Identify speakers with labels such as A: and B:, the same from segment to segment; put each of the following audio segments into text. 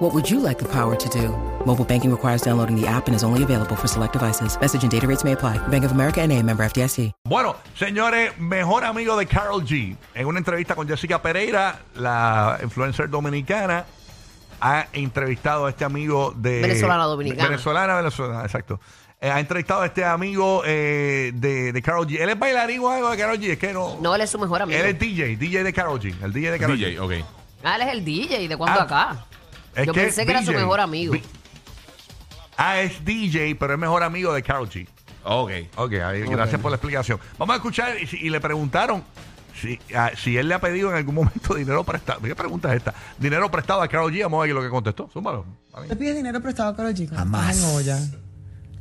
A: What would you like the power to do? Mobile banking requires downloading the app and is only available for select devices. Message and data rates may apply. Bank of America and a member FDIC.
B: Bueno, señores, mejor amigo de Carol G. En una entrevista con Jessica Pereira, la influencer dominicana, ha entrevistado a este amigo de.
C: Venezolana dominicana.
B: Venezolana, venezolana, exacto. Eh, ha entrevistado a este amigo eh, de, de Carol G. Él es bailarín o algo de Carol G. Es que no.
C: No, él es su mejor amigo.
B: Él es DJ, DJ de Carol G. El DJ de Carol
D: DJ,
B: G.
D: ok.
C: Ah, él es el DJ. ¿De cuándo
B: Ah,
C: acá?
B: Es
C: Yo pensé que era su
B: DJ.
C: mejor amigo.
B: Vi- Ah, es DJ, pero es mejor amigo de Carol G.
D: Ok.
B: Ok, ahí, gracias por la explicación. Vamos a escuchar y, si- y le preguntaron si, a- si él le ha pedido en algún momento dinero prestado. ¿Qué pregunta es esta? Dinero prestado a Carol G. Vamos a ver lo que contestó. Súmalo.
E: ¿Le pides dinero prestado a Karol G?
F: Jamás.
E: Ay, Ah, no, ya.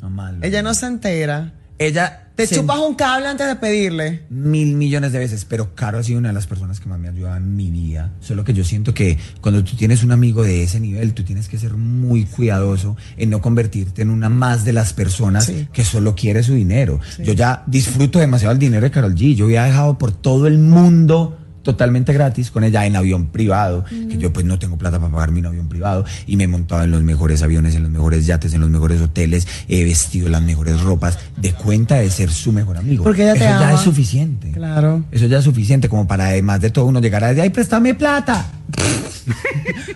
F: Mamá, lo-
E: Ella no se entera.
F: Ella
E: Te
F: se-
E: chupas un cable antes de pedirle.
F: mil millones de veces, pero Caro ha sido una de las personas que más me ha ayudado en mi vida. Solo que yo siento que cuando tú tienes un amigo de ese nivel, tú tienes que ser muy cuidadoso en no convertirte en una más de las personas
E: Sí.
F: que solo quiere su dinero. Yo ya disfruto demasiado el dinero de Carol G. Yo había dejado por todo el mundo totalmente gratis con ella en avión privado, que yo pues no tengo plata para pagarme un avión privado y me he montado en los mejores aviones, en los mejores yates, en los mejores hoteles, he vestido las mejores ropas de cuenta de ser su mejor amigo.
E: Porque ella te
F: Eso ya
E: ama.
F: es suficiente.
E: Claro.
F: Eso ya es suficiente como para además de todo uno llegar a decir, ay, préstame plata.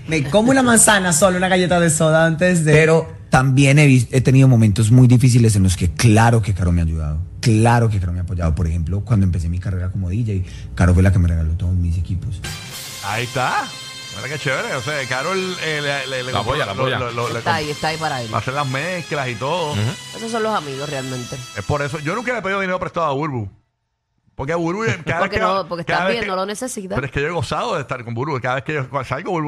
E: Me como una manzana solo, una galleta de soda antes de.
F: Pero también he, vis- he tenido momentos muy difíciles en los que claro que Caro me ha ayudado. Claro que Caro me ha apoyado. Por ejemplo, cuando empecé mi carrera como DJ, Caro fue la que me regaló todos mis equipos.
B: Ahí está. Mira qué chévere. O sea, Carol eh, le, le- le
D: La apoya, la apoya.
B: le
C: Está ahí,
B: comp-
C: está ahí para él.
B: hacer las mezclas y todo.
C: Esos son los amigos realmente.
B: Es por eso. Yo nunca le he pedido dinero prestado a Burbu. Porque a Burbu, cada vez
C: Porque
B: que.
C: no, porque
B: cada
C: está
B: vez
C: bien,
B: que-
C: no lo necesita.
B: Pero es que yo he gozado de estar con Burbu. Cada vez que yo salgo, Burbu